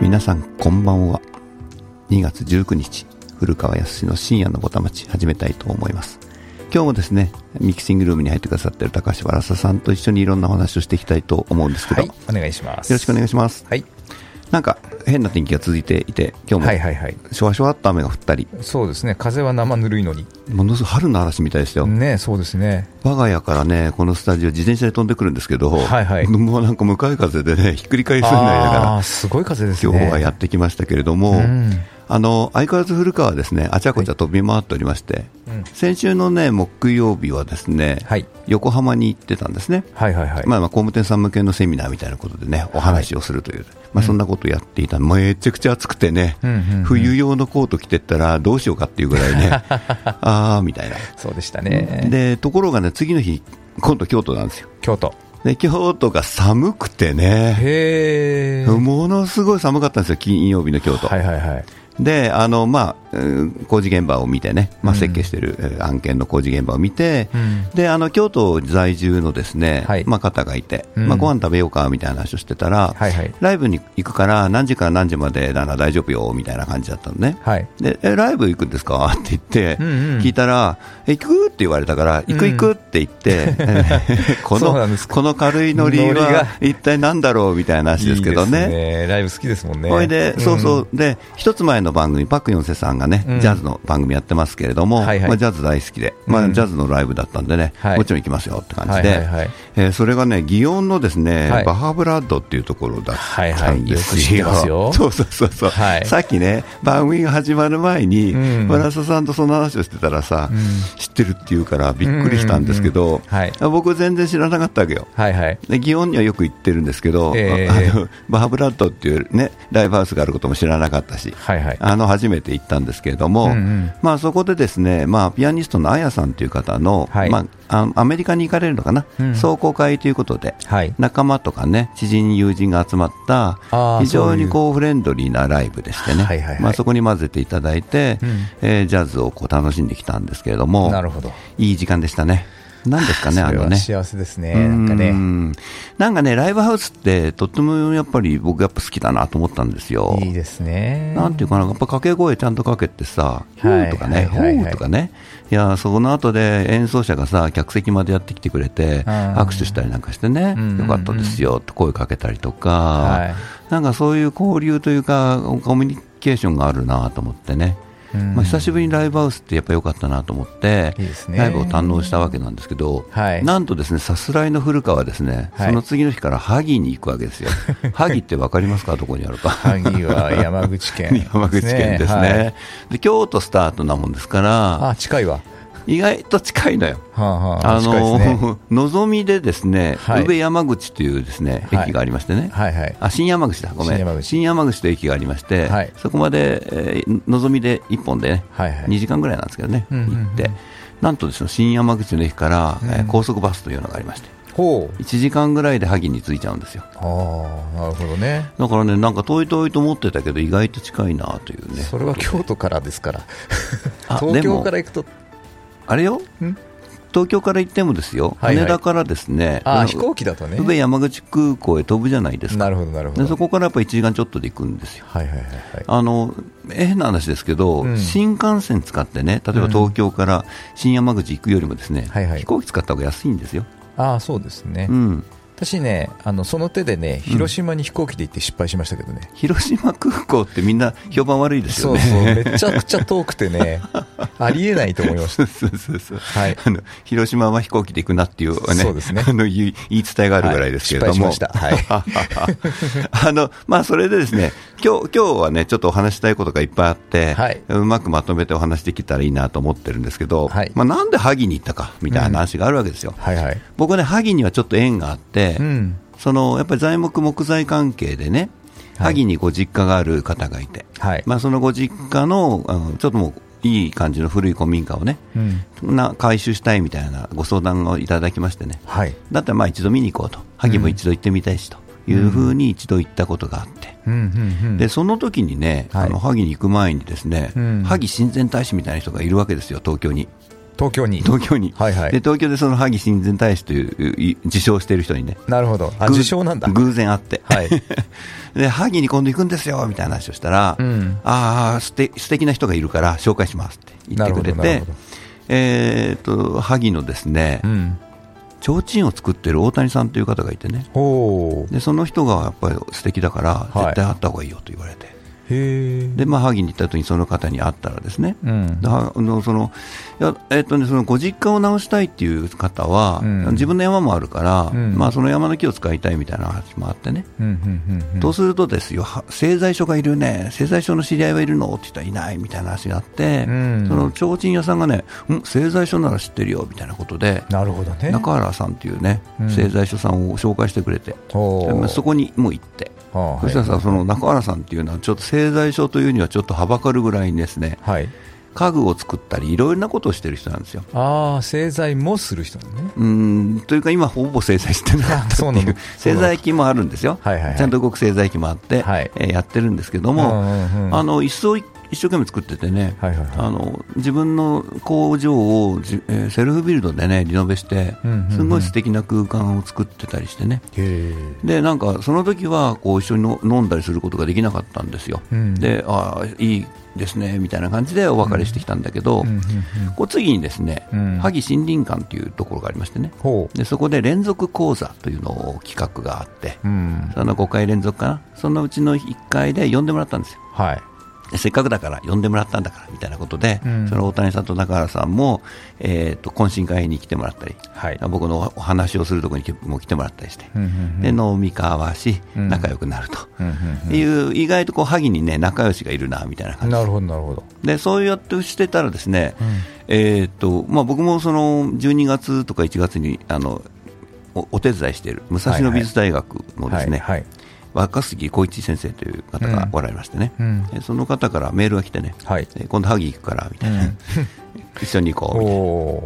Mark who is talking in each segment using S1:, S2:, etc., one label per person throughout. S1: 皆さんこんばんは2月19日古川康の深夜のごたまち始めたいと思います今日もですねミキシングルームに入ってくださってる高橋原沙さんと一緒にいろんなお話をしていきたいと思うんですけど、
S2: はい、お願いします。
S1: よろしくお願いします
S2: はい、
S1: なんか変な天気が続いていて今日
S2: はい
S1: も
S2: はいはい。
S1: シュワシュワっと雨が降ったり
S2: そうですね、風は生ぬるいのに。
S1: ものすごい春の嵐みたいでしたよ、
S2: ね、そうですね。
S1: 我が家からねこのスタジオ自転車で飛んでくるんですけど、
S2: はいはい
S1: もうなんか向かい風でねひっくり返すぐらいだから
S2: あーすごい風です
S1: 今
S2: ね。
S1: 日はやってきましたけれども、
S2: うん
S1: あの相変わらず古川はですねあちゃこちゃ飛び回っておりまして、
S2: うん
S1: 先週のね木曜日はですね、
S2: はい
S1: 横浜に行ってたんですね、
S2: はいはいはい。
S1: まあ、まあ工務店さん向けのセミナーみたいなことでねお話をするという、まあ、そんなことをやっていた、めちゃくちゃ暑くてね、
S2: うんうんうん
S1: 冬用のコート着てったらどうしようかっていうぐらい ねああみたいな、
S2: そうでしたね。
S1: でところがね次の日今度京都なんですよ
S2: 京都。
S1: で京都が寒くてね
S2: へえ。
S1: ものすごい寒かったんですよ金曜日の京都、
S2: はいはいはい。
S1: であの、まあ、うん工事現場を見てね、まあ、設計しているえー案件の工事現場を見て、
S2: うん
S1: であの京都在住のですね、
S2: はい
S1: まあ、方がいて、
S2: うん
S1: まあ、ご飯食べようかみたいな話をしてたら、
S2: はいはい。
S1: ライブに行くから何時から何時までなら大丈夫よみたいな感じだったのね。
S2: はい。
S1: でえライブ行くんですか って言って、
S2: うんうん
S1: 聞いたら、え行くって言われたから、行く行くって言っ て、 こ
S2: そうなんで
S1: の
S2: すか
S1: この軽いノリ
S2: ノリが
S1: は一体なんだろうみたいな話ですけど
S2: いいですねライブ好きですもんね。
S1: ほいで、そうそう、で、一つ前の番組、パク・ヨンセさんがね、
S2: うん
S1: ジャズの番組やってますけれども、
S2: はいはい
S1: まあ、ジャズ大好きで、まあ、
S2: うん
S1: ジャズのライブだったんでね、
S2: はい
S1: もちろん行きますよって感
S2: は
S1: じ
S2: い
S1: で、
S2: はいはい。
S1: えーそれがね、祇園のですね、
S2: はい
S1: バハブラッドっていうところだったんですよ。
S2: はいはいよく知ってます よ
S1: そうそうそうそう、
S2: はい
S1: さっきね、番組が始まる前に、
S2: うん
S1: 村瀬さんとその話をしてたらさ、
S2: うん
S1: 知ってるって言うからびっくりしたんですけど、
S2: はい
S1: 僕全然知らなかったわけよ。
S2: はいはい。
S1: で祇園にはよく行ってるんですけど、
S2: ええ
S1: あのバハブラッドっていう、ね、ライブハウスがあることも知らなかったし、
S2: はいはい。
S1: あの初めて行ったんですけれども、
S2: うんうん
S1: まあ、そこでですね、まあ、ピアニストのあやさんという方の、
S2: はい
S1: まあ、あアメリカに行かれるのかな、
S2: うん
S1: 壮行会ということで、
S2: はい。
S1: 仲間とかね、知人、友人が集まった
S2: あー、
S1: 非常にこうフレンドリーなライブでして
S2: はいはいは
S1: ね
S2: い、
S1: まあそこに混ぜていただいて
S2: うん、
S1: えージャズをこう楽しんできたんですけれども、
S2: なるほど。
S1: いい時間でしたね。なんですか ね、あ
S2: それ
S1: の
S2: は
S1: ね。
S2: 幸せですね。なんか
S1: う
S2: ね。
S1: んなんかね、ライブハウスって、とってもやっぱり僕やっぱ好きだなと思ったんですよ。
S2: いいですね。
S1: なんていうかな、やっぱ掛け声ちゃんとかけてさ、
S2: い
S1: ふーとかね、
S2: は
S1: ほ
S2: いはいはいう
S1: とかね、いや、そこの後で演奏者がさ、客席までやってきてくれて、
S2: あー
S1: 握手したりなんかしてね
S2: うんうんう、ん
S1: よかったですよって声かけたりと
S2: は
S1: か
S2: い、
S1: なんかそういう交流というか、コミュニケーションがあるなと思ってね。
S2: うん
S1: まあ、久しぶりにライブハウスってやっぱ良かったなと思って
S2: いいですね
S1: ライブを堪能したわけなんですけど、
S2: はい
S1: なんとですねさすらいの古川はですね、
S2: はい
S1: その次の日から萩に行くわけですよ萩って分かりますかどこにある か
S2: 萩は山口県ですね。
S1: 山口県ですね
S2: はい
S1: で京都スタートなもんですから
S2: あ、近いわ。
S1: 意外と近いのよ
S2: はあはあ、
S1: あ
S2: 近いですね。
S1: の のぞみでですね、
S2: はい
S1: 上山口というですね
S2: はい
S1: 駅がありましてね、
S2: はいはい。
S1: あ新山口だ、ごめん、
S2: 新山口
S1: という駅がありまして、
S2: はい
S1: そこまで、えーのぞみで1本でね、
S2: はいはい
S1: 2時間ぐらいなんですけどね、
S2: うんうんうん
S1: 行って、なんとですね新山口の駅から、えー
S2: うん
S1: 高速バスというのがありまして、
S2: ほう。
S1: 1時間ぐらいで萩に着いちゃうんですよ。
S2: ああ、なるほどね。
S1: だからね、なんか遠い遠いと思ってたけど、意外と近いなというね、
S2: それは京都からですから
S1: あ。
S2: 東
S1: で
S2: 京
S1: も
S2: から行くと、
S1: あれよ、東京から行ってもですよ、
S2: はいはい
S1: 羽田からですね、
S2: あ
S1: の
S2: あ、飛行機だとね。
S1: 宇部山口空港へ飛ぶじゃないですか、
S2: なるほど、なるほ
S1: で
S2: ど。
S1: そこからやっぱ1時間ちょっとで行くんですよ。
S2: はいはいはいはい。
S1: あの変な話ですけど、
S2: うん
S1: 新幹線使ってね、例えば東京から新山口行くよりもですね、
S2: はいはい
S1: 飛行機使った方が安いんですよ。
S2: ああ、そうですね。
S1: うん、
S2: 私ね、あの、その手でね、広島に飛行機で行って失敗しましたけどね。
S1: 広島空港ってみんな評判悪いですよ
S2: そう
S1: ね。
S2: そう、めちゃくちゃ遠くて ね、ありえないと思いました。
S1: そうそうそうそう
S2: はい
S1: あの広島は飛行機で行くなっていう,、ね
S2: そうですね
S1: あの言い言い伝えがあるぐらいですけれども、
S2: はい失敗し
S1: あのまあ、それでですね今日今日はねちょっとお話したいことがいっぱいあって、
S2: はいう
S1: まくまとめてお話できたらいいなと思ってるんですけど、
S2: はい
S1: まあ、なんで萩に行ったかみたいな話があるわけですよ。
S2: はいはい。
S1: 僕ね、萩にはちょっと縁があって、
S2: うん。
S1: そのやっぱり材木、木材関係でね、
S2: はい
S1: 萩にご実家がある方がいて、
S2: はい。
S1: まあ、そのご実家のあのちょっともういい感じの古い古民家をね、
S2: うん。
S1: な回収したいみたいなご相談をいただきましてね、
S2: はい。
S1: だったらまあ一度見に行こうと、萩も一度行ってみたいしというふうに一度行ったことがあって。
S2: うん、うん、うん。
S1: でその時にね、
S2: はい
S1: あの萩に行く前にですね、
S2: うん
S1: 萩親善大使みたいな人がいるわけですよ、東京に。
S2: 東京に。
S1: 東京に、
S2: はいはい
S1: で東京でその萩親善大使というい自称している人にね、
S2: なるほど。あ、
S1: 偶
S2: 受賞なんだ。
S1: 偶然会って、
S2: はい
S1: で萩に今度行くんですよみたいな話をしたら、
S2: うん
S1: ああ、すて素敵な人がいるから紹介しますって言ってくれ
S2: なるほどなる
S1: て
S2: ほど、
S1: えー、と萩のですね、
S2: うん。
S1: 提灯を作ってる大谷さんという方がいてね、
S2: ほう。
S1: でその人がやっぱり素敵だから、
S2: い
S1: 絶対会った方がいいよと言われて、
S2: へえ。
S1: でまあ、萩に行った時にその方に会ったらですね、
S2: うん。
S1: だあのそのいやえっとね、そのご実家を直したいっていう方は、
S2: うん
S1: 自分の山もあるから、
S2: うん
S1: まあ、その山の木を使いたいみたいな話もあってね、
S2: うん、うん、うん。
S1: とするとですよ、は製材所がいるね、製材所の知り合いはいるのって言ったらいないみたいな話があって、
S2: うん
S1: その提灯屋さんがね、うん製材所なら知ってるよみたいなことで、
S2: なるほどね。
S1: 中原さんっていうね、
S2: うん
S1: 製材所さんを紹介してくれて、
S2: ほう
S1: でまあそこにもう行って。
S2: ああ
S1: そしたらさ、その中原さんっていうのは、ちょっと製材所というにはちょっとはばかるぐらいにですね、
S2: はい。はい
S1: 家具を作ったり、いろいろなことをしてる人なんですよ。
S2: ああ、製材もする人だね。
S1: うーんというか、今、ほぼ製材してなかっ
S2: あ そ
S1: たっ
S2: う
S1: て
S2: ないの
S1: う、製材機もあるんですよ、
S2: はいはいはい
S1: ちゃんと動く製材機もあって、
S2: はい
S1: えーやってるんですけど
S2: うん
S1: も、
S2: うんうん
S1: あの椅子を一生懸命作っててね、
S2: はいはいはい
S1: あの自分の工場をじ、えーセルフビルドでね、リノベして
S2: うんうんうん、
S1: すごい素敵な空間を作ってたりしてね。
S2: へえ。
S1: でなんかその時はこう一緒にの飲んだりすることができなかったんですよ、
S2: うん
S1: でああ、いいですねみたいな感じでお別れしてきたんだけど、
S2: うんうん
S1: こう次にですね、
S2: うん
S1: 萩森林館というところがありましてね、
S2: ほ
S1: でそこで連続講座というのを企画があって、
S2: う。うん。
S1: その5回連続かな、そのうちの1回で呼んでもらったんですよ。
S2: はい。
S1: でせっかくだから呼んでもらったんだからみたいなことで、
S2: うん
S1: その大谷さんと中原さんも、えー、と懇親会に来てもらったり、
S2: はい
S1: 僕のお話をするところにも来てもらったりして、
S2: うんうん
S1: で飲み交わし、
S2: うん
S1: 仲良くなると、
S2: うんうん
S1: っていう意外とこう萩に、ね、仲良しがいるなみたいな
S2: う
S1: 感
S2: ん。
S1: じ
S2: なるほど、なるほど。
S1: でそうやってしてたらですね、えーっとまあ、僕もその12月とか1月にあのおお手伝いしている武蔵野美術大学のですね、
S2: はいはい。
S1: 若杉浩一先生という方がおられましてね、
S2: うん
S1: えその方からメールが来てね、
S2: はい
S1: え今度萩行くからみたいな、 一緒に行こうみたい
S2: お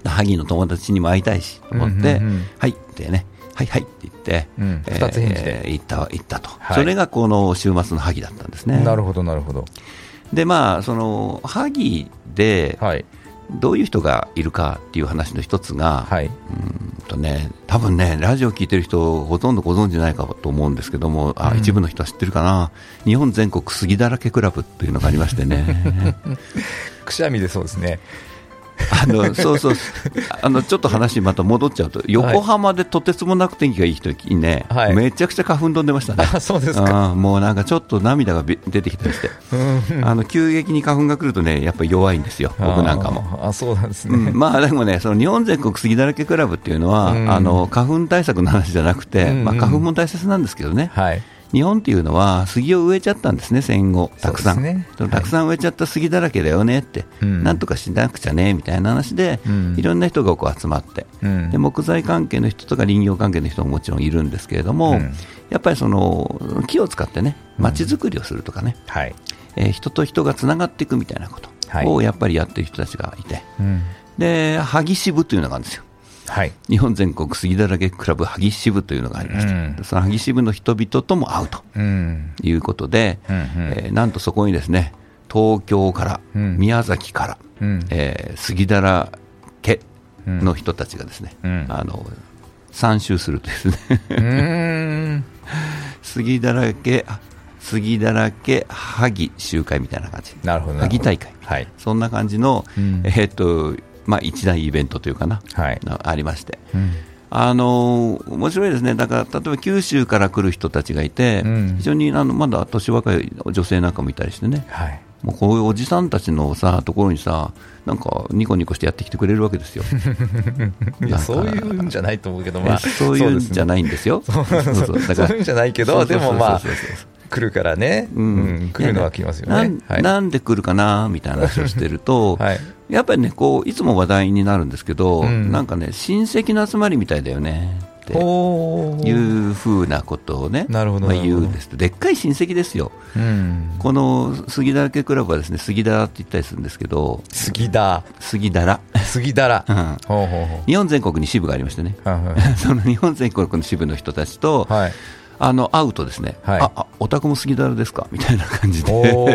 S2: ー
S1: な萩の友達にも会いたいしと思って、
S2: うんうんうん
S1: はいってねはいはいって言って、
S2: うん二つ返事で
S1: えー行った行ったと、
S2: はい
S1: それがこの週末の萩だったんですね
S2: なるほど、なるほど。
S1: でまあその萩で、
S2: はい。
S1: どういう人がいるかっていう話の一つが、
S2: はい。
S1: うんとね、多分ね、ラジオ聞いてる人、ほとんどご存じないかと思うんですけども、あ
S2: うん
S1: 一部の人は知ってるかな、日本全国杉だらけクラブっていうのがありまして ね、
S2: くしゃみでそうですね。
S1: あのそうそうあの、ちょっと話、また戻っちゃうと、横浜でとてつもなく天気がいい人にね、
S2: はい
S1: めちゃくちゃ花粉飛んでましたね。
S2: あ、そうですか。
S1: あーもうなんかちょっと涙がび出てきたりして、あの急激に花粉が来るとね、やっぱり弱いんですよ、僕なんかも。
S2: あー。あ、そうなんです
S1: う
S2: ね。
S1: ん、まあでもね、その日本全国杉だらけクラブっていうのは、
S2: うん
S1: あの花粉対策の話じゃなくて、
S2: うんうん
S1: まあ、花粉も大切なんですけどね、
S2: はい。
S1: 日本っていうのは、杉を植えちゃったんですね、戦後、たくさん。
S2: そうですね
S1: そのたくさん植えちゃった杉だらけだよねって、
S2: うん
S1: なんとかしなくちゃねみたいな話で、
S2: うん
S1: いろんな人がこう集まって、
S2: うん
S1: で、木材関係の人とか林業関係の人ももちろんいるんですけれども、
S2: うん
S1: やっぱりその木を使ってね、街づくりをするとかね、
S2: はい。
S1: えー人と人がつながっていくみたいなことをやっぱりやってる人たちがいて。
S2: うん
S1: で、萩支部というのがあるんですよ。
S2: はい。
S1: 日本全国杉だらけクラブ萩支部というのがありまして、
S2: うん
S1: その萩支部の人々とも会うと
S2: うん。
S1: いうことで、
S2: うんうん
S1: えーなんとそこにですね、東京から、
S2: うん
S1: 宮崎から、
S2: うん
S1: えー杉だらけの人たちがですね、
S2: うん
S1: あの、参集するとですね、
S2: うーん。
S1: 杉だらけ、あ杉だらけ萩集会みたいな感じ。
S2: なるほど。なるほ
S1: 萩
S2: ど
S1: 大会。
S2: はい。
S1: そんな感じの、
S2: うん
S1: えーっと、まあ一大イベントというかな、
S2: はい。
S1: のありまして。
S2: うん
S1: あのー面白いですね、だから例えば九州から来る人たちがいて、
S2: うん
S1: 非常にあのまだ年若い女性なんかもいたりしてね、
S2: はい。
S1: もうこういうおじさんたちのさところにさ、なんかニコニコしてやってきてくれるわけ ですよ。
S2: い
S1: だから
S2: やそういうんじゃないと思うけど、まあ、
S1: えそういうんじゃ
S2: ない。
S1: ないんですよ。そうそうだ
S2: そういうんじゃないけど、でもまあ
S1: そうそうそうそう、
S2: 来るからね、う
S1: うん
S2: ん、来るのは来ますよ
S1: な
S2: ね
S1: ん。なんで来るかなみたいな話をしてると、
S2: はい
S1: やっぱりねこう、いつも話題になるんですけど、
S2: うん
S1: なんかね、親戚の集まりみたいだよねって
S2: お
S1: い
S2: ー
S1: うふうなことをね、
S2: なるほど
S1: まあ、
S2: なるほ
S1: 言
S2: ど
S1: うんですとでっかい親戚ですよ、
S2: うん。
S1: この杉だらけクラブはですね杉だらって言ったりするんですけど、
S2: 杉だ。
S1: 杉だら、
S2: 杉だら。
S1: うん
S2: ほうほうほう
S1: 日本全国に支部がありましてね、
S2: はいはい
S1: その日本全国の支部の人たちと、
S2: はい。
S1: あの会うとですね、
S2: はい
S1: ああお宅も杉樽ですか みたいな感じで、
S2: お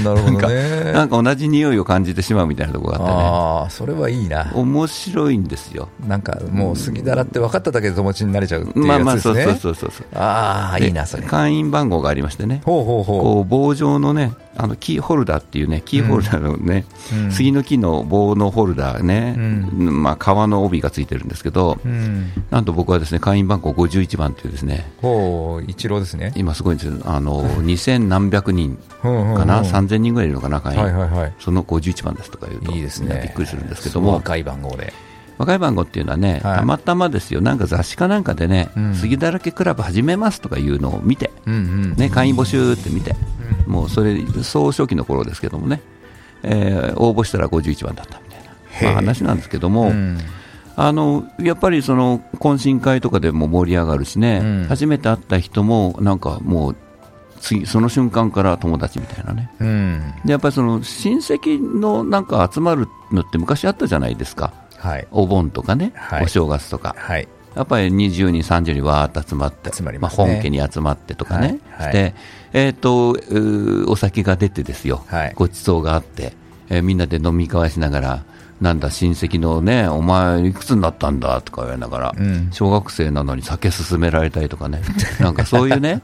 S2: ー、なるほどね。
S1: なんか同じ匂いを感じてしまうみたいなところがあっ
S2: ああ、それはいいな
S1: てね、。面白いんですよ。
S2: なんかもう杉だらって分かっただけで友達になれちゃうっていう
S1: まあ
S2: や
S1: ま
S2: つ
S1: あ、そう
S2: ですね。
S1: そうそうそうそう。
S2: ああ、
S1: で
S2: いいな、それ。ほ
S1: 会員番号がありましてね、
S2: うほうほ
S1: こう棒状のね、あのキーホルダーっていうね、キーホルダーのね、
S2: う。うん
S1: 杉の木の棒のホルダーね、
S2: う
S1: まあ、革の帯がついてるんですけど、
S2: うん。
S1: なんと僕はですね会員番号51番という、ですね
S2: ほう、一郎ですね。
S1: 今すごいんですよ、あの2000何 百人
S2: か
S1: かな、3000人ぐらいいるのかな、会員、
S2: はいはいはい。
S1: その51番ですとか言うと、
S2: いいです
S1: みんな
S2: ね。
S1: びっくりするんですけども、
S2: 若い番号で。
S1: 若い番号っていうのはね、
S2: はい
S1: たまたまですよ、なんか雑誌かなんかでね、
S2: うん
S1: 杉だらけクラブ始めますとかいうのを見て、
S2: うんうん。
S1: ね、会員募集って見て、もうそれ、総書記の頃ですけどもね、えー応募したら51番だったみたいな、まあ、話なんですけども。
S2: うん。
S1: あのやっぱりその懇親会とかでも盛り上がるしね、
S2: うん
S1: 初めて会った人も、なんかもう次、その瞬間から友達みたいなね、
S2: うん。
S1: でやっぱりその親戚のなんか集まるのって昔あったじゃないですか、
S2: はい。
S1: お盆とかね、
S2: はい
S1: お正月とか、
S2: はい。
S1: やっぱり20人、30人、わーっと集まって、
S2: 集まり
S1: ま
S2: ま
S1: あ、
S2: すね
S1: 本家に集まってとかね、
S2: はいは
S1: し
S2: い
S1: て、えーとうーお酒が出てですよ、
S2: はい
S1: ごちそうがあって、えーみんなで飲み交わしながら、なんだ、親戚のね、お前、いくつになったんだとか言われながら、
S2: うん
S1: 小学生なのに酒勧められたりとかね、なんかそういう ね、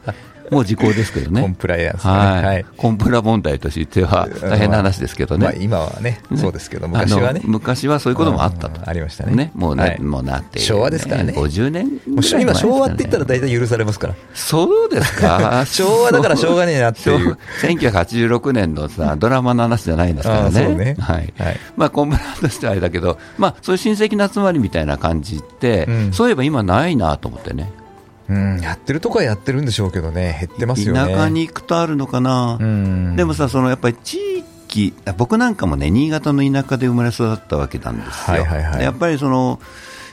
S1: もう時効ですけどね。
S2: コンプライアンスね
S1: はい、
S2: はい
S1: コンプラ問題としては大変な話ですけどね。
S2: まあ今はね、そうですけど、昔はね
S1: あの。昔はそういうこともあったと、
S2: うんありましたね
S1: もうな、
S2: はい
S1: もうなっている
S2: 昭和ですからね
S1: 50年
S2: もう
S1: ぐらい前
S2: 今、
S1: ですかね
S2: 昭和って言ったら大体許されますから。
S1: そうですか
S2: 昭和だからしょうがねえなっていう
S1: 昭和1986年のさドラマの話じゃないんですからね
S2: あーそうね
S1: はい
S2: はい
S1: まあ、コンプラとしてはあれだけど、まあ、そういう親戚の集まりみたいな感じって、
S2: うん
S1: そういえば今ないなと思ってね
S2: うん、やってるとこはやってるんでしょうけどね、減ってますよね。
S1: 田舎に行くとあるのかな、
S2: うん。
S1: でもさそのやっぱり地域あ僕なんかもね新潟の田舎で生まれ育ったわけなんですよ、
S2: はいはいはい
S1: やっぱりその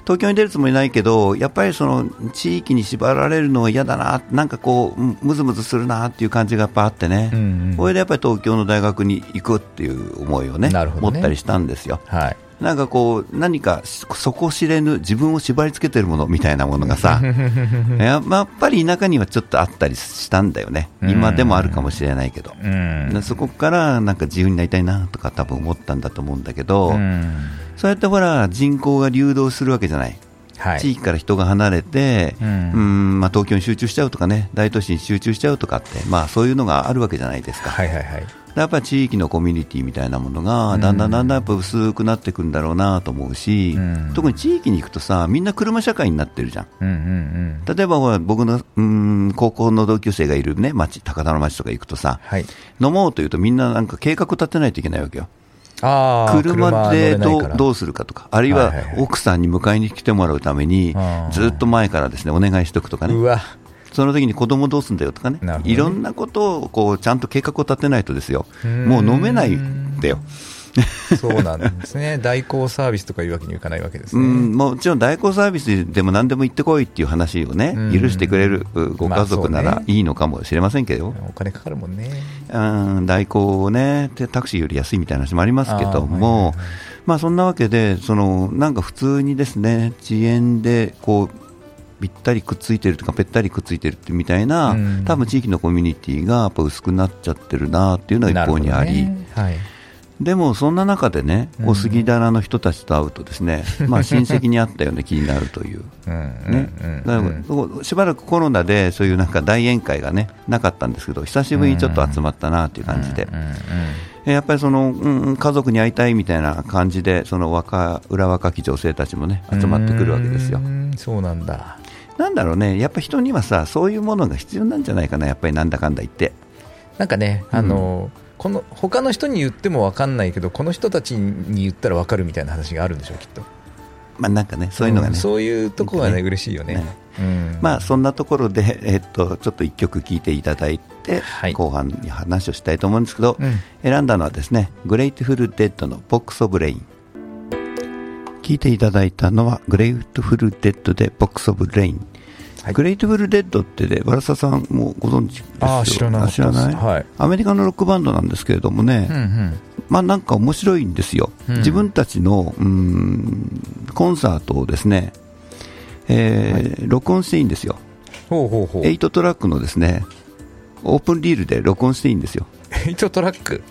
S1: 東京に出るつもりないけどやっぱりその地域に縛られるのは嫌だななんかこうむむずむずするなっていう感じがやっぱあってね、
S2: うんうん
S1: これでやっぱり東京の大学に行くっていう思いをね
S2: なるほどね
S1: 持ったりしたんですよ
S2: はい。
S1: なんかこう何か底知れぬ自分を縛り付けてるものみたいなものが さややっぱり田舎にはちょっとあったりしたんだよね今でもあるかもしれないけど、
S2: うん。
S1: でそこからなんか自由になりたいなとか多分思ったんだと思うんだけど、
S2: うん
S1: そうやってほら人口が流動するわけじゃない、
S2: はい。
S1: 地域から人が離れて、
S2: う
S1: うんんまあ、東京に集中しちゃうとかね大都市に集中しちゃうとかって、まあ、そういうのがあるわけじゃないですか、
S2: はいはいはい。
S1: やっぱり地域のコミュニティみたいなものがだんだんだんだんやっぱ薄くなってくんだろうなと思うし、
S2: うん
S1: 特に地域に行くとさみんな車社会になってるじゃん。
S2: うんうんうん。
S1: 例えばほら僕の、うん、高校の同級生がいるね、町、高田の町とか行くとさ、
S2: はい。
S1: 飲もうというとみんななんか計画立てないといけないわけよ。
S2: ああ、
S1: 車でどうど
S2: う
S1: うするかとか、あるいは
S2: はいはいはい
S1: 奥さんに迎えに来てもらうために
S2: あー、
S1: ずっと前からですねお願いしておくとか
S2: う
S1: ね、
S2: わ。
S1: その時に子供どうすんだよとかね
S2: なるほ、どね
S1: いろんなことをこうちゃんと計画を立てないとですよ
S2: うー、ん
S1: もう飲めないんだよ、
S2: そうなんですね。 代行サービスとかいうわけにいかないわけです
S1: う
S2: ね。
S1: ん、もちろん代行サービスでも何でも行ってこいっていう話をね
S2: うん、
S1: 許してくれるうご家族な
S2: まあそ
S1: ら
S2: うね
S1: いいのかもしれませんけど、
S2: お金かかるもんね。
S1: うん代行をね、でタクシーより安いみたいな話もありますけども、
S2: あーはいはいはい
S1: まあそんなわけで、そのなんか普通にですね、遅延でこう、ぴったりくっついてるとか、ぺったりくっついてるってみたいな、
S2: うん
S1: 多分地域のコミュニティがやっぱ薄くなっちゃってるなっていうのは
S2: な
S1: 一
S2: る
S1: 方
S2: ほど
S1: に
S2: ね
S1: あり、
S2: はい。
S1: でもそんな中でね、
S2: うん
S1: お杉棚の人たちと会うとです ね、まあ親戚に会ったような気になるという。ね
S2: ね
S1: だからそうしばらくコロナでそういうなんか大宴会が、ね、なかったんですけど久しぶりにちょっと集まったなという感じで、えーやっぱりその、うん、家族に会いたいみたいな感じで、その若、裏若き女性たちもね、集まってくるわけですよ。。
S2: そうなんだ。
S1: なんだろうね、やっぱ人にはさ、そういうものが必要なんじゃないかな、やっぱりなんだかんだ言って。
S2: なんかね、あの、この他の人に言っても分かんないけど、この人たちに言ったら分かるみたいな話があるんでしょう、きっと。
S1: まあなんかね、そういうのが
S2: ん
S1: ね。
S2: そういうとこがね、嬉しいよね
S1: ね。
S2: うん
S1: まあそんなところで、 えっと、ちょっと一曲聴いていただいて、
S2: はい
S1: 後半に話をしたいと思うんですけど、
S2: うん
S1: 選んだのはですね、グレイトフルデッドのボックスオブレイン。聴いていただいたのは、グレイトフルデッドでボックスオブレイン。
S2: はい
S1: グレイトフルデッドってね、バラサさんもご存知ですよ
S2: ああ、知らなかったです
S1: あ知らない
S2: はい。
S1: アメリカのロックバンドなんですけれどもね、
S2: うんうん。
S1: まあなんか面白いんですよ。
S2: うん
S1: 自分たちの、うーん、コンサートをですね、えー録音していいんですよ。
S2: ほうほうほう エイ
S1: 8トラックのですねオープンリールで録音していいんですよ
S2: トトラック、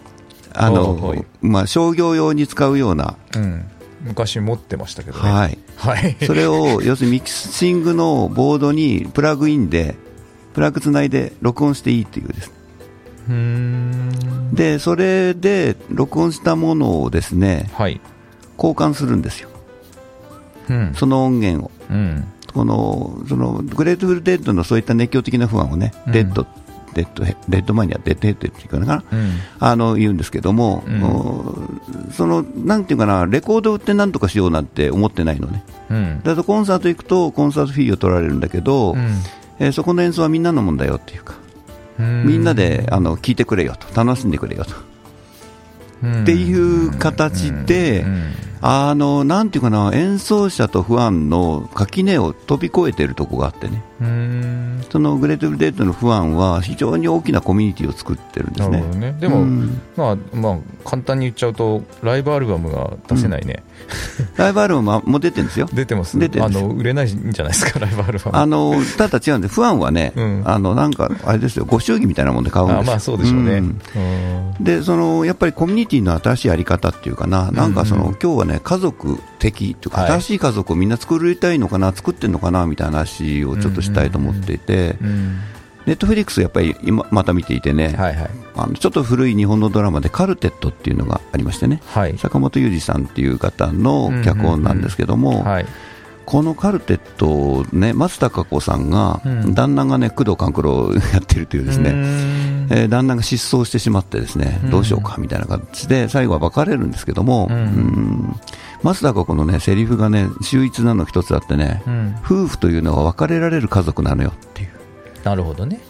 S1: あ
S2: おうおう
S1: の、まあ、商業用に使うような、
S2: うん、昔持ってましたけどね
S1: はい、
S2: はい
S1: それを要するにミキシングのボードにプラグインでプラグつないで録音していいっていうです
S2: うーん
S1: でそれで録音したものをですね
S2: はい
S1: 交換するんですよ
S2: うん
S1: その音源を
S2: うん
S1: このそのグレートフルデッドのそういった熱狂的なファンをね、
S2: うん
S1: レッドレッドヘレッド前にはデッドヘッドっていうのかな
S2: うん
S1: あの言うんですけども、
S2: うん
S1: おそのなんていうかなレコード売ってなんとかしようなんて思ってないのね
S2: うん
S1: だとコンサート行くとコンサートフィーを取られるんだけど、えーそこの演奏はみんなのもんだよっていうか、
S2: うん
S1: みんなであの聞いてくれよと楽しんでくれよと、
S2: っ
S1: っていう形で、あのなんていうかな演奏者とファンの垣根を飛び越えてるとこがあってね
S2: うん
S1: そのグレート・ブレートのファンは非常に大きなコミュニティを作ってるんで
S2: な
S1: す
S2: る
S1: ね
S2: ほどねでも、
S1: うん
S2: まあまあ簡単に言っちゃうとライブアルバムが出せないね、
S1: ライブアルバムはもう出てるんですよ
S2: 出てます
S1: 出て
S2: あ
S1: ます
S2: の売れないんじゃないですか ライブアルバム
S1: あのただ違うんでファンはね、
S2: うん
S1: あのなんかあれですよご祝儀みたいなもんで買うんです
S2: あ
S1: よ
S2: まあそうでしょうね、
S1: ん
S2: うん
S1: でそのやっぱりコミュニティの新しいやり方っていうかな、なんかその、
S2: うん
S1: 今日はね、家族的というか、
S2: はい
S1: 新しい家族をみんな作りたいのかな、作ってるのかなみたいな話をちょっとしたいと思っていて、
S2: うん
S1: ネットフリックスやっぱり今、また見ていてね、
S2: はいはい
S1: あの、ちょっと古い日本のドラマで、カルテットっていうのがありましてね、
S2: はい
S1: 坂本裕二さんっていう方の脚本なんですけども、
S2: はい
S1: このカルテットをね、松たか子さんが、
S2: うん
S1: 旦那がね、工藤官九郎をやってるというですね、
S2: うん
S1: えー旦那が失踪してしまってですね、
S2: うん
S1: どうしようかみたいな形で最後は別れるんですけども、
S2: う
S1: うんん、松田このね、セリフがね、秀逸なの一つあってね、
S2: うん
S1: 夫婦というのは別れられる家族なのよっていう。
S2: なるほどね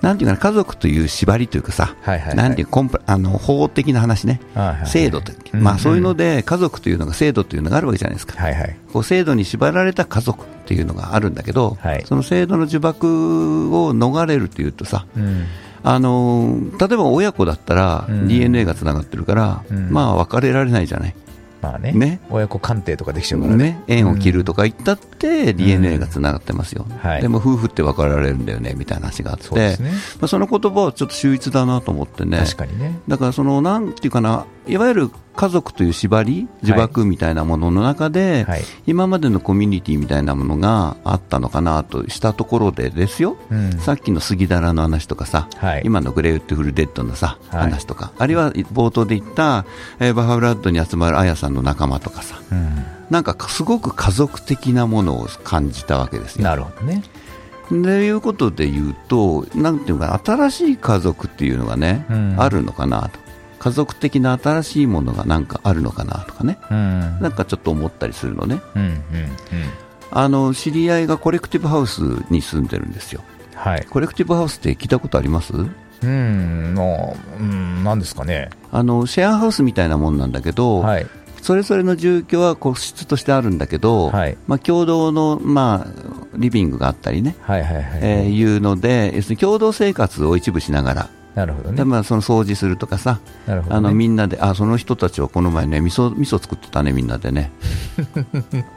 S1: なんていうかな、家族という縛りというかさ、
S2: はいはいはい
S1: なんていうコンプラあの法的な話ね、
S2: はいはいはい
S1: 制度という、
S2: うん
S1: まあそういうので、家族というのが制度というのがあるわけじゃないですか。
S2: はいはい
S1: こう制度に縛られた家族っていうのがあるんだけど、
S2: はい
S1: その制度の呪縛を逃れるというとさ、
S2: うん
S1: あのー例えば親子だったら
S2: うん
S1: DNA がつながってるから、
S2: うん
S1: まあ別れられないじゃない、
S2: まあね
S1: ね
S2: 親子鑑定とかできちゃうからね
S1: ね、縁を切るとか言ったって、DNA がつながってますよ、
S2: はい
S1: でも夫婦って別れられるんだよねみたいな話があって、
S2: そうですね
S1: まあ、その言葉はちょっと秀逸だなと思ってね、
S2: 確かにね
S1: だからそのなんていうかな、いわゆる家族という縛り、呪縛みたいなものの中で、
S2: はい
S1: 今までのコミュニティみたいなものがあったのかなとしたところでですよ、
S2: うん
S1: さっきの杉だらの話とかさ、
S2: はい
S1: 今のグレートフルデッドのさ、
S2: はい
S1: 話とか、あるいは冒頭で言った、えーバファブラッドに集まるアヤさんの仲間とかさ、
S2: うん
S1: なんかすごく家族的なものを感じたわけですよ。
S2: なるほどね
S1: ということで言うと、なんていうかな、新しい家族っていうのがね、
S2: うん
S1: あるのかなと。家族的な新しいものがなんかあるのかなとかね。
S2: うん
S1: なんかちょっと思ったりするのね。
S2: うんうんうん
S1: あの、知り合いがコレクティブハウスに住んでるんですよ。
S2: はい
S1: コレクティブハウスって聞いたことあります
S2: うんのうんなんですかね
S1: あのシェアハウスみたいなもんなんだけど、
S2: はい
S1: それぞれの住居は個室としてあるんだけど、
S2: はい
S1: まあ、共同の、まあ、リビングがあったりね、
S2: はいはいはい
S1: えーいうので、要するに共同生活を一部しながら、
S2: なるほどね
S1: でまあ、その掃除するとかさ、
S2: なるほどね
S1: あのみんなで、あその人たちはこの前ね、味噌味噌作ってたね、みんなで ね。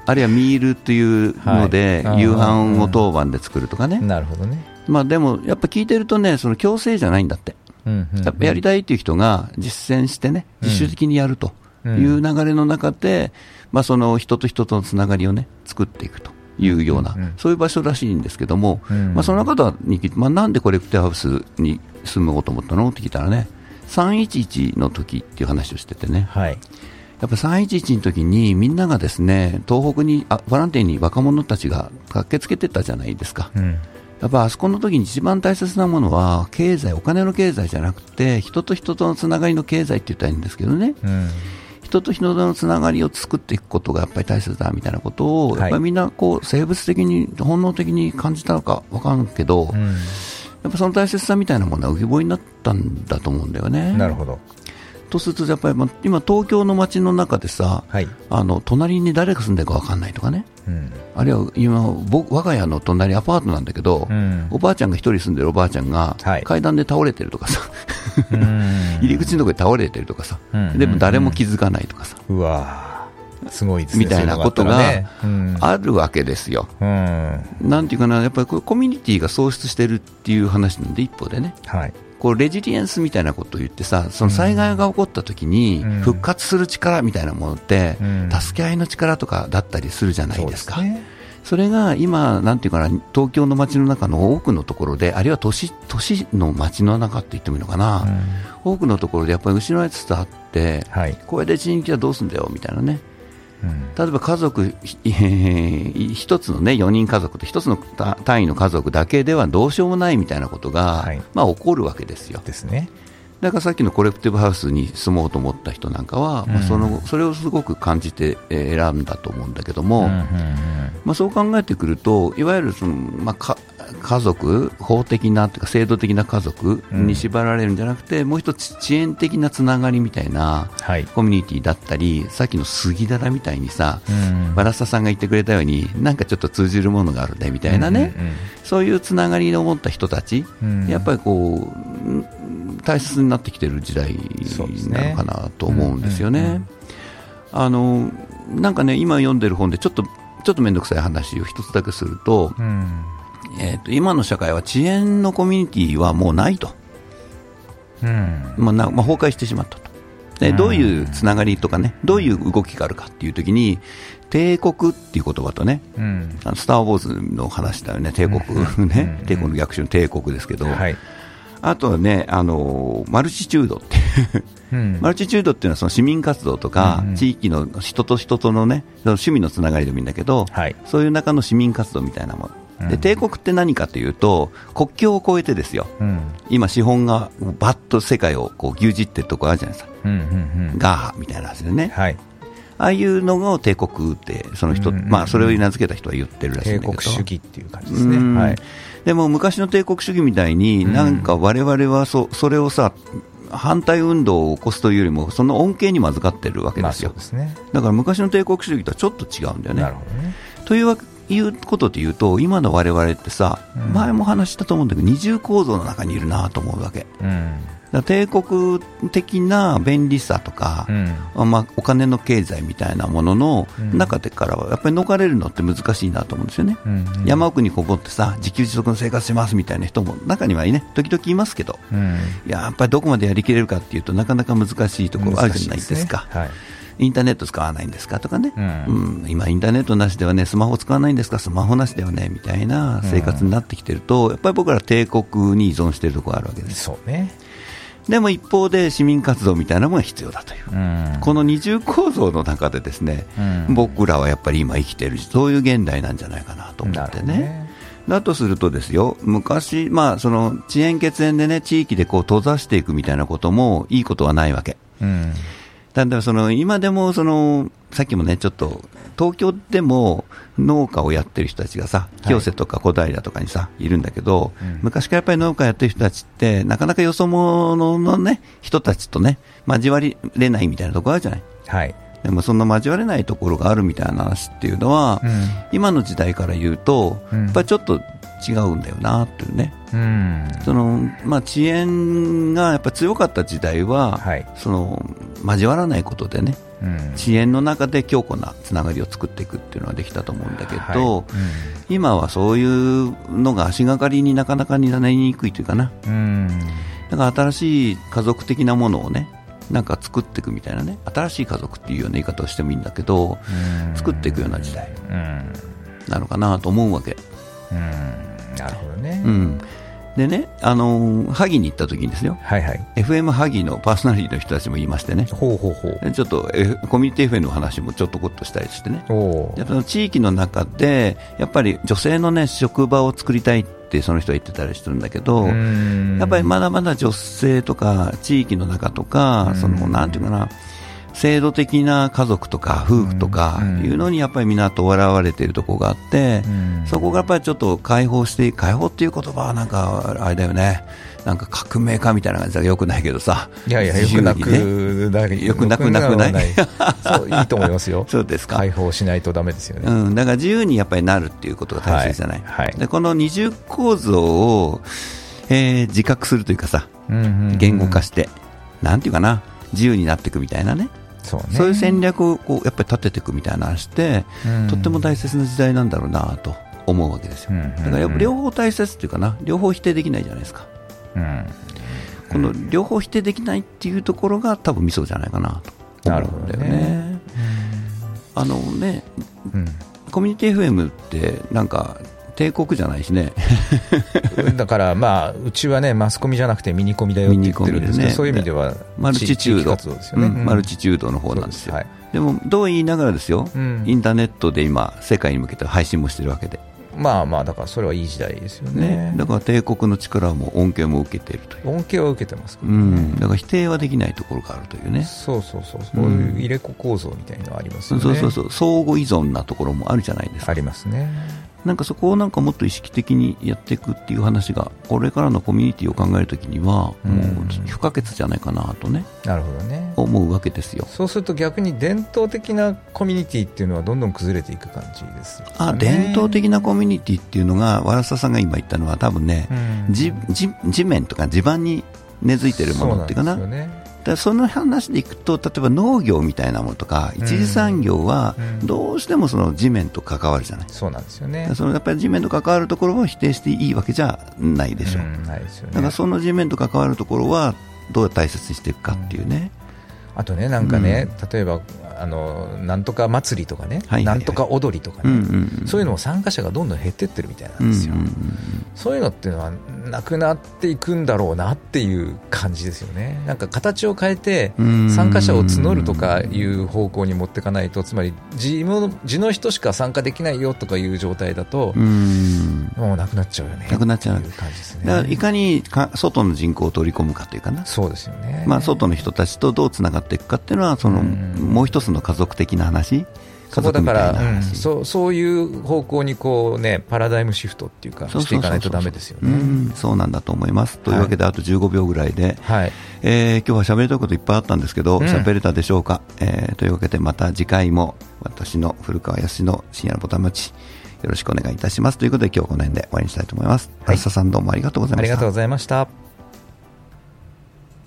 S1: あるいはミールというので、
S2: はい
S1: 夕飯を当番で作るとかね、
S2: なるほどね
S1: まあ、でもやっぱ聞いてるとね、その強制じゃないんだって。
S2: うんうん
S1: やっぱやりたいという人が実践してね、
S2: うん
S1: 自主的にやるという流れの中で、まあ、その人と人とのつながりをね、作っていくというような、
S2: うんうん
S1: そういう場所らしいんですけども、
S2: うん
S1: まあ、その方に聞いて、まあ、なんでコレクティブハウスに住むこと思ったのって聞いたらね、311の時っていう話をしててね、
S2: はい
S1: やっぱ311の時にみんながですね、東北に、あボランティアに若者たちが駆けつけてたじゃないですか。
S2: うん
S1: やっぱあそこの時に一番大切なものは、経済、お金の経済じゃなくて、人と人とのつながりの経済って言ったらいいんですけどね、
S2: うん
S1: 人と人とのつながりを作っていくことがやっぱり大切だみたいなことを、
S2: はい
S1: やっぱりみんなこう生物的に、本能的に感じたのかわかんないけど、やっぱその大切さみたいなものは浮き彫りになったんだと思うんだよね。
S2: なるほど
S1: とすると、やっぱりま今、東京の街の中でさ、
S2: はい
S1: あの隣に誰が住んでるかわかんないとかね、
S2: うん
S1: あるいは今、僕我が家の隣、アパートなんだけど、
S2: うん
S1: おばあちゃんが一人住んでるおばあちゃんが
S2: はい
S1: 階段で倒れてるとかさ、
S2: うん
S1: 入り口のとこで倒れてるとかさ、
S2: うん
S1: でも誰も気づかないとかさ、
S2: うわすごいですね
S1: みたいなことが
S2: そういうのがあ
S1: あ
S2: っ
S1: るわけですよ。
S2: たらね
S1: なんていうかな、やっぱりこうコミュニティが喪失してるっていう話なんで、一方でね、
S2: うんはい
S1: こうレジリエンスみたいなことを言ってさ、その災害が起こった時に
S2: うん、
S1: 復活する力みたいなものって
S2: うん、
S1: 助け合いの力とかだったりするじゃないですか。
S2: そうね
S1: それが今、なんていうかな、東京の街の中の多くのところで、あるいは都市都市の街の中って言ってもいいのか
S2: う
S1: な、
S2: ん
S1: 多くのところでやっぱり失われつつあって、
S2: はい
S1: これで人気はどうすんだよみたいなね、
S2: うん
S1: 例えば家族、ひ 一つのね、4人家族と一つのた単位の家族だけではどうしようもないみたいなことが、
S2: はい
S1: まあ起こるわけですよ。
S2: ですね
S1: だからさっきのコレクティブハウスに住もうと思った人なんかは、まあ、そのそれをすごく感じてえー選んだと思うんだけども、
S2: うんうんうん
S1: まあ、そう考えてくると、いわゆるその、まあ、か家族、法的なというか制度的な家族に縛られるんじゃなくて、もう一つ遅延的なつながりみたいな
S2: はい
S1: コミュニティだったり、さっきの杉棚みたいにさ、
S2: うん
S1: バラサさんが言ってくれたように、なんかちょっと通じるものがあるねみたいなね、
S2: うんうんうん
S1: そういうつながりを持った人たち、
S2: うん
S1: やっぱりこううん、大切になってきてる時代
S2: そうです
S1: な
S2: ね
S1: のかなと思うんですよ
S2: うんうんう
S1: ね
S2: ん。
S1: あのなんかね、今読んでる本でちょっと、ちょっと面倒くさい話を一つだけすると、
S2: うん
S1: えーと今の社会は遅延のコミュニティはもうないと、
S2: うん
S1: まあなまあ、崩壊してしまったと。で
S2: うん
S1: どういうつながりとかね、どういう動きがあるかっていうときに、帝国っていう言葉とね、
S2: うん
S1: あのスター・ウォーズの話だよね、帝
S2: うん
S1: 国、
S2: う
S1: ね
S2: ん、
S1: 帝国の逆襲の帝国ですけど、
S2: はい
S1: あとはね、あのマルチチュードって いう、
S2: うん
S1: マルチチュードっていうのはその市民活動とか
S2: うんう、ん
S1: 地域の人と人とのね、その趣味のつながりでもいいんだけど、
S2: はい
S1: そういう中の市民活動みたいなも
S2: う
S1: の。
S2: ん
S1: で、帝国って何かというと、国境を越えてですよ、
S2: うん
S1: 今、資本がバッと世界をこう牛耳ってるとこあるじゃないですか、
S2: うんうんうん
S1: ガーみたいな話でね、
S2: はい
S1: ああいうのを帝国って、その人、
S2: うんうんうん
S1: まあ、それを名付けた人は言ってるらしいんだ
S2: 帝
S1: け
S2: 国
S1: ど。
S2: 主義っていう感じですね
S1: うん
S2: はい
S1: でも昔の帝国主義みたいに、
S2: うん
S1: なんか我々はそそれをさ、反対運動を起こすというよりも、その恩恵にも預かってるわけで
S2: まあ
S1: す
S2: そう
S1: よ
S2: で。すね
S1: だから昔の帝国主義とはちょっと違うんだよ
S2: な
S1: ね
S2: る。ほどね
S1: というわいうことで言うと、今の我々ってさ、
S2: うん
S1: 前も話したと思うんだけど、二重構造の中にいるなと思うわけ。
S2: うん
S1: だから帝国的な便利さとか、
S2: うん
S1: まあ、お金の経済みたいなものの
S2: うん
S1: 中でからは、やっぱり逃れるのって難しいなと思うんですよね。
S2: うんうん
S1: 山奥にこもってさ、自給自足の生活しますみたいな人も中にはいね、時々いますけど、
S2: うん
S1: いややっぱりどこまでやりきれるかっていうとなかなか難しいところあるじゃないですか。
S2: 難しいね
S1: インターネット使わないんですかとかね、
S2: はいうん
S1: うん今、インターネットなしではね、スマホ使わないんですか、スマホなしではね、みたいな生活になってきてると、やっぱり僕ら帝国に依存してるところあるわけです。
S2: そうね
S1: でも一方で市民活動みたいなものが必要だという。
S2: うん
S1: この二重構造の中でですね、
S2: うん
S1: 僕らはやっぱり今生きてるし、そういう現代なんじゃないかなと思
S2: な
S1: っ
S2: る
S1: て
S2: ほど
S1: ねだとするとですよ、昔、まあ、その遅延血縁でね、地域でこう閉ざしていくみたいなこともいいことはないわけ。
S2: うん
S1: だんだんその今でもその、さっきもね、ちょっと、東京でも農家をやってる人たちがさ、清瀬とか小平とかにさ、いるんだけど、
S2: うん
S1: 昔からやっぱり農家やってる人たちって、なかなかよそ者のね、人たちとね、交わりれないみたいなところあるじゃない。
S2: はい
S1: でもその交われないところがあるみたいな話っていうのは、
S2: うん
S1: 今の時代から言うと、
S2: うん
S1: やっぱりちょっと違うんだよなっていうね、
S2: うん
S1: そのまあ、遅延がやっぱ強かった時代は、
S2: はい
S1: その交わらないことでね、
S2: うん
S1: 遅延の中で強固なつながりを作っていくっていうのはできたと思うんだけど、
S2: はい
S1: 今はそういうのが足がかりになかなかになりにくいというかな、
S2: うんうん
S1: だから新しい家族的なものをね、なんか作っていくみたいなね、新しい家族っていうような言い方をしてもいいんだけど、
S2: うん
S1: 作っていくような時代
S2: うん
S1: なのかなと思うわけ。
S2: うんなるほどね
S1: うん、でね、あのー萩に行った時にですよ、
S2: はいはい
S1: FM 萩のパーソナリティの人たちも言いましてね、
S2: ほうほうほう
S1: でちょっと、えコミュニティ FM の話もちょっとこっとしたりしてね、
S2: お
S1: やっぱその地域の中で、やっぱり女性のね、職場を作りたいって、その人は言ってたりしてるんだけど、や
S2: や
S1: っぱりまだまだ女性とか、地域の中とか
S2: う、ん
S1: その、なんていうかな、制度的な家族とか夫婦とか
S2: うん
S1: いうのにやっぱりみんなと笑われているところがあって、そこがやっぱりちょっと解放して、解放っていう言葉はなんか、あれだよね、なんか革命家みたいな感じがよくないけどさ、
S2: いやいやよ
S1: 自
S2: く
S1: 由
S2: な
S1: にね
S2: くな
S1: よくなくなくない
S2: よくなくないそういいと思いますよ
S1: そうですか
S2: 解。放しないとダメですよ
S1: う
S2: ね
S1: ん、だから自由にやっぱりなるっていうことが大切じゃない。
S2: はいはい
S1: でこの二重構造を、えー自覚するというかさ、
S2: うんうんうん
S1: 言語化して、なんていうかな、自由になっていくみたいなね、
S2: そうね
S1: そういう戦略をこうやっぱり立てていくみたいな話って、
S2: うん
S1: とっても大切な時代なんだろうなと思うわけですよ、
S2: うんうんうん
S1: だからやっぱ両方大切っていうかな両方否定できないじゃないですか
S2: うん
S1: この両方否定できないっていうところが多分ミソじゃないかなと思うんだよね
S2: なるほど
S1: あのね
S2: う
S1: コミュニティ FM ってなんか帝国じゃないし ね
S2: ん、 だから、まあ、うちはね、マスコミじゃなくてミニコミだよって言ってるんで
S1: ミ
S2: すけど、
S1: ニコミでね
S2: そういう意味では、
S1: マルチチュー
S2: 地域
S1: ド
S2: 活動ですよね。
S1: うんマルチチュードの方なんですよ
S2: そう
S1: で
S2: で
S1: もどう言いながらですよ、
S2: うん
S1: インターネットで今世界に向けて配信もしてるわけで、
S2: まあまあ、だからそれはいい時代ですよ
S1: ね
S2: ね。
S1: だから帝国の力も恩恵も受けているという、
S2: 恩恵は受けてますか
S1: う
S2: ら
S1: ん、だから否定はできないところがあるというね
S2: そうそうそう、そういう入れ子構造みたいなのありますよね。
S1: そうそうそう相互依存なところもあるじゃないですか
S2: ありますね。
S1: なんかそこをなんかもっと意識的にやっていくっていう話がこれからのコミュニティを考えるときには
S2: うん
S1: もう不可欠じゃないかなとね
S2: なるほどね。
S1: 思うわけですよ
S2: そうすると逆に伝統的なコミュニティっていうのはどんどん崩れていく感じですよね。
S1: あ伝統的なコミュニティっていうのがわらささんが今言ったのは多分ね
S2: うん
S1: 地地地面とか地盤に根付いてるものっていうかな
S2: そうなんですよね
S1: だからその話でいくと例えば農業みたいなものとか一次産業は
S2: うん
S1: どうしてもその地面と関わるじゃない
S2: そうなんですよ
S1: だ
S2: ね
S1: から。そのやっぱり地面と関わるところを否定していいわけじゃないでしょう、
S2: うんないですよね。
S1: だからその地面と関わるところはどう大切にしていくかっていうね、
S2: あとね、なんかね、例えばあの、なんとか祭りとかね、
S1: はいはいはい
S2: なんとか踊りとか
S1: う
S2: ね、
S1: んうんうん、
S2: そういう
S1: の
S2: のも参加者がどんどん減ってってるみたいなんですよ、
S1: うんうん
S2: そういうのっていうのは、なくなっていくんだろうなっていう感じですよね、なんか形を変えて、
S1: うんうん
S2: 参加者を募るとかいう方向に持っていかないと、つまり地の地の人しか参加できないよとかいう状態だと
S1: う、ん
S2: もうなくなっちゃうよね、
S1: なくなっちゃう
S2: っていう感じです
S1: だからい
S2: ね。
S1: かにか外の人口を取り込むかというかな、
S2: そうですよね、
S1: まあ、外の人たちとどうつながっていくかっていうのはその、
S2: うん
S1: もう一つの家族的な話家
S2: そこ
S1: 族
S2: だ
S1: み
S2: か
S1: た
S2: ら、
S1: いな
S2: うん
S1: 話、
S2: そうそういう方向にこう、ね、パラダイムシフトっていうか、
S1: そう
S2: し
S1: そ
S2: て
S1: そうそ
S2: いう
S1: う
S2: かないとダメですよ
S1: う
S2: ね。
S1: んそうなんだと思いますというわけであと15秒ぐらいで、
S2: はい、
S1: えー今日は喋りたいこといっぱいあったんですけど
S2: うん
S1: 喋、れたでしょうか、えーというわけでまた次回も私の古川康の深夜のボタン待ちよろしくお願いいたしますということで今日はこの辺で終わりにしたいと思います、
S2: はい
S1: 安田さんどうもありがとうござい
S2: あ
S1: ま
S2: り
S1: し
S2: が
S1: た
S2: とうございました。